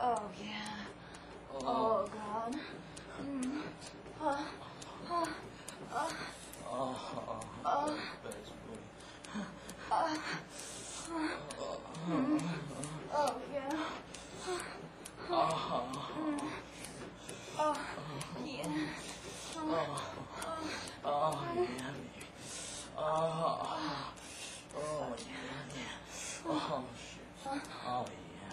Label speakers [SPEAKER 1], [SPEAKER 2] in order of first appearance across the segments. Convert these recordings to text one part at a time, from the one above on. [SPEAKER 1] Oh yeah. Oh god. Mm. Ah, ah, ah, ah, ah, mm. Oh yeah. Mm. Oh yeah. Oh,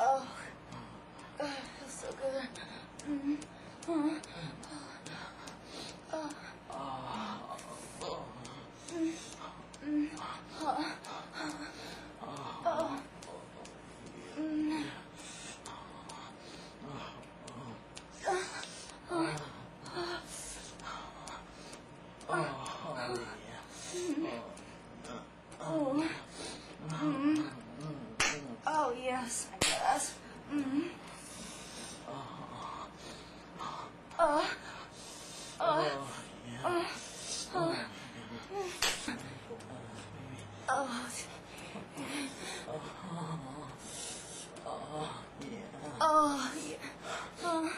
[SPEAKER 1] Oh, God, it feels so good. Mm. Mm. Oh. Mm. Mm. Oh. Oh. Mm. Oh. Mm. Oh, yes, yes. Mm. Uh, uh, uh, uh. Oh, oh, yeah. Uh,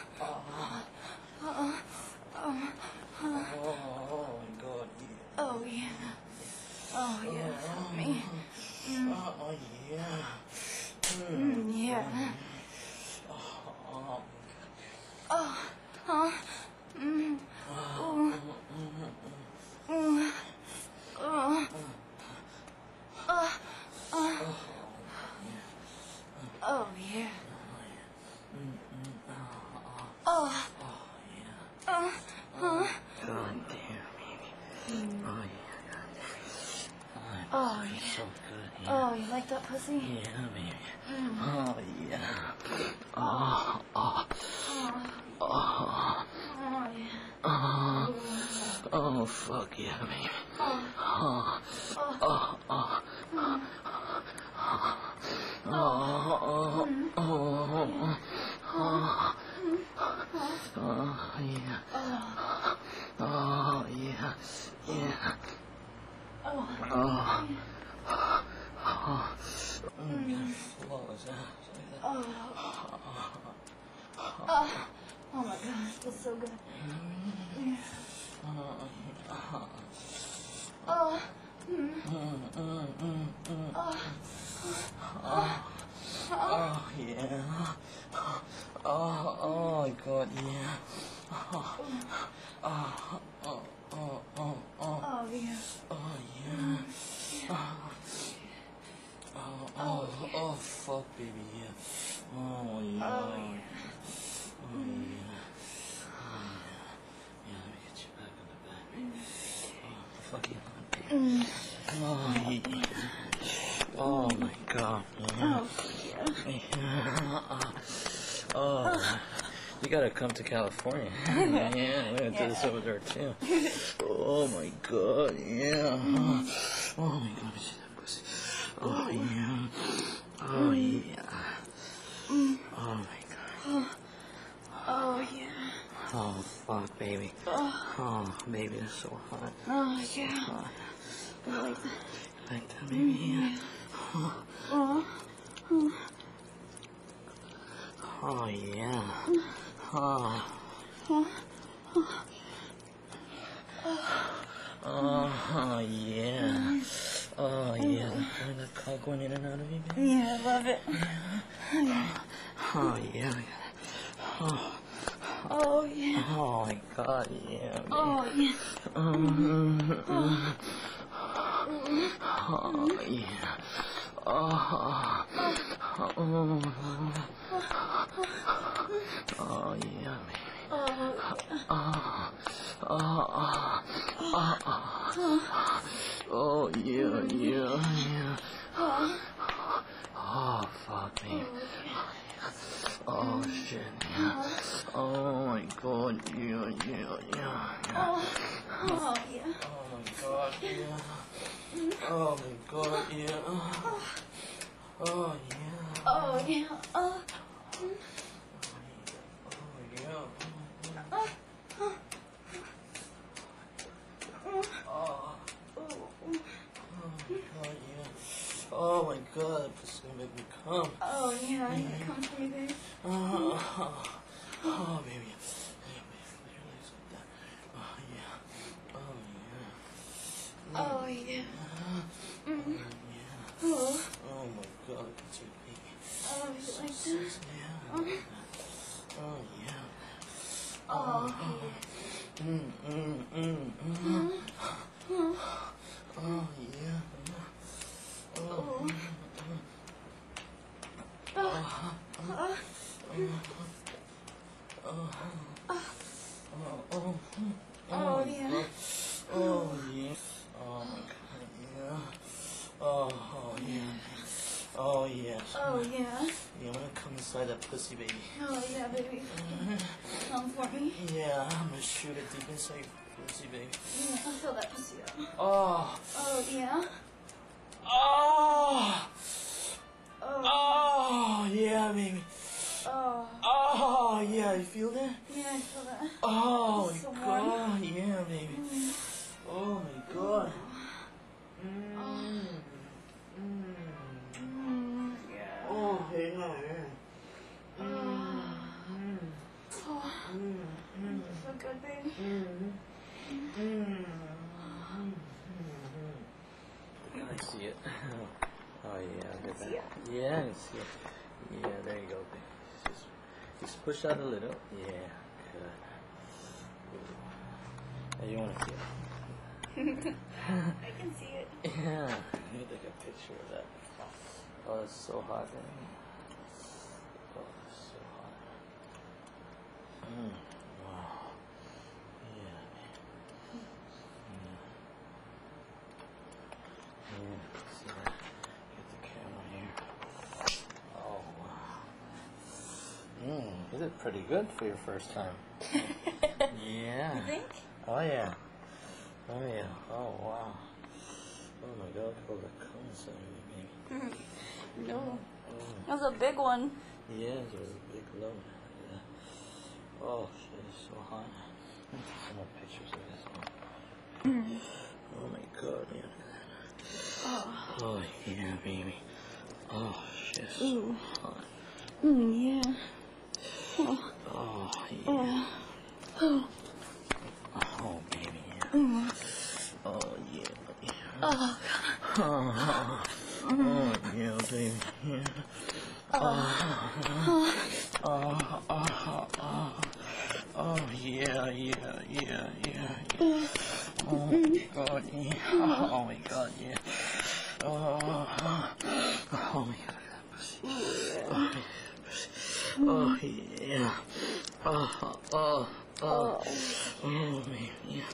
[SPEAKER 1] uh, um, uh, oh, yeah. Oh, yeah, help me. Mm, yeah. Oh, huh? Mm. Oh. Mm. Oh. Oh. Oh. Oh, yeah. Oh. Uh, huh?
[SPEAKER 2] God damn, baby. Oh, yeah, God damn.
[SPEAKER 1] Oh,
[SPEAKER 2] It's
[SPEAKER 1] yeah.
[SPEAKER 2] so good. Yeah,
[SPEAKER 1] Oh, you like that pussy?
[SPEAKER 2] yeah baby. Oh, yeah. Oh, oh, oh,
[SPEAKER 1] Oh, yeah.
[SPEAKER 2] oh. Oh, fuck yeah, baby. Oh, oh, oh. Oh, oh, oh, oh, oh, oh, yeah. Oh, yeah, yeah.
[SPEAKER 1] Oh.
[SPEAKER 2] Oh. Oh. What was that?
[SPEAKER 1] Oh. Oh. Oh my god, that's so good. Oh. Mm. Oh.
[SPEAKER 2] Oh, yeah. Oh, oh, God, yeah. Oh, oh, oh, oh, oh, oh,
[SPEAKER 1] Oh, yeah.
[SPEAKER 2] oh, yeah. Oh, oh, oh, oh, fuck, baby, yeah. Oh, yeah.
[SPEAKER 1] Oh,
[SPEAKER 2] Oh,
[SPEAKER 1] yeah.
[SPEAKER 2] yeah. Yeah, let me get you back on the bed, baby. Oh, fucking
[SPEAKER 1] Mm.
[SPEAKER 2] Oh, yeah. Oh, my God, yeah.
[SPEAKER 1] Oh, yeah.
[SPEAKER 2] oh, you gotta come to California. yeah, we're gonna do this over there too. Oh my god, yeah. Oh my god, let me see that pussy. Oh yeah. Oh yeah. Oh my god.
[SPEAKER 1] Oh, yeah.
[SPEAKER 2] Oh fuck, baby. Oh, baby, that's so hot.
[SPEAKER 1] Oh, yeah.
[SPEAKER 2] Oh,
[SPEAKER 1] I like that.
[SPEAKER 2] like that, baby. Yeah.
[SPEAKER 1] Oh.
[SPEAKER 2] Oh yeah. Oh. Oh yeah. Oh yeah. Find that cock going in and out of you, baby.
[SPEAKER 1] Yeah, I love it.
[SPEAKER 2] Oh yeah.
[SPEAKER 1] Oh, yeah.
[SPEAKER 2] Oh my god, yeah. baby.
[SPEAKER 1] Oh, yeah.
[SPEAKER 2] Oh yeah. Oh. Oh. Oh yeah. baby.
[SPEAKER 1] Oh,
[SPEAKER 2] Oh, oh, oh, oh, oh, yeah, yeah, yeah. Oh, fuck me. Oh, shit, yeah. Oh, my God, yeah, yeah, yeah, yeah.
[SPEAKER 1] oh, yeah.
[SPEAKER 2] Oh, my God, yeah. Oh, my God, yeah. Oh yeah.
[SPEAKER 1] Oh, yeah. Oh,
[SPEAKER 2] Oh yeah.
[SPEAKER 1] oh, oh.
[SPEAKER 2] Oh.
[SPEAKER 1] Oh,
[SPEAKER 2] Oh my god, yeah. Oh my god, this is gonna make me come.
[SPEAKER 1] oh yeah, come for me, babe.
[SPEAKER 2] Oh, oh, oh baby. Yeah, baby, put your legs like that. Oh
[SPEAKER 1] Oh
[SPEAKER 2] yeah. Oh yeah.
[SPEAKER 1] yeah.
[SPEAKER 2] Oh
[SPEAKER 1] Mm.
[SPEAKER 2] yeah.
[SPEAKER 1] Oh,
[SPEAKER 2] Oh my god, that's your baby.
[SPEAKER 1] oh, is it like that?
[SPEAKER 2] Yeah. Oh yeah.
[SPEAKER 1] Oh,
[SPEAKER 2] Mm, mm, mm, mm. Oh yeah.
[SPEAKER 1] oh.
[SPEAKER 2] Oh, oh,
[SPEAKER 1] Oh yeah.
[SPEAKER 2] oh yeah. Oh my god, yeah. Oh, oh yeah. Oh yeah.
[SPEAKER 1] Oh yeah.
[SPEAKER 2] Yeah, I'm gonna come inside that pussy baby.
[SPEAKER 1] Oh yeah, baby. Come for me.
[SPEAKER 2] Yeah, I'm gonna shoot it deep inside your pussy baby.
[SPEAKER 1] Yeah, I feel that pussy up.
[SPEAKER 2] Oh,
[SPEAKER 1] Oh yeah.
[SPEAKER 2] oh,
[SPEAKER 1] Oh,
[SPEAKER 2] oh yeah, baby.
[SPEAKER 1] oh.
[SPEAKER 2] Oh yeah, you feel that?
[SPEAKER 1] Yeah, I feel that.
[SPEAKER 2] Oh
[SPEAKER 1] It's
[SPEAKER 2] my
[SPEAKER 1] the
[SPEAKER 2] god, yeah, baby. Oh my god. Mm. Mm.
[SPEAKER 1] Mm, yeah.
[SPEAKER 2] Oh yeah, yeah. Mm.
[SPEAKER 1] Oh, you feel good, baby.
[SPEAKER 2] I see it. Oh yeah, look at that. Yeah, I can see it. Yeah, there you go. babe. Just, just push out a little. Yeah, good. Now you want to see it?
[SPEAKER 1] I can see it.
[SPEAKER 2] Yeah. Let me take a picture of that. Oh, it's so hot. in here. Oh, it's so hot. Mm. Wow. Yeah. man. Yeah. Yeah. See that? Get the camera here. Oh, wow. Mm. You did pretty good for your first time. yeah.
[SPEAKER 1] Think?
[SPEAKER 2] Oh yeah. Oh yeah. Oh wow. Oh my god, all the cones on you, baby.
[SPEAKER 1] No. That was a big one.
[SPEAKER 2] Yeah, it was a big load. Yeah. Oh shit, it's so hot. Let's take Some more pictures of this one. Oh my god, yeah. look at that. Oh yeah, baby. Oh shit. it's so hot.
[SPEAKER 1] Mm, yeah.
[SPEAKER 2] Oh yeah. Oh baby, yeah. Oh yeah. yeah.
[SPEAKER 1] Oh,
[SPEAKER 2] Oh, oh, yeah, baby. Yeah. Oh, oh, oh, oh, oh, yeah, yeah, yeah, yeah. yeah. Oh my god, yeah. Oh my god, yeah. Oh, oh, oh my god, that pussy. Oh, yeah. Oh, yeah. Oh, oh,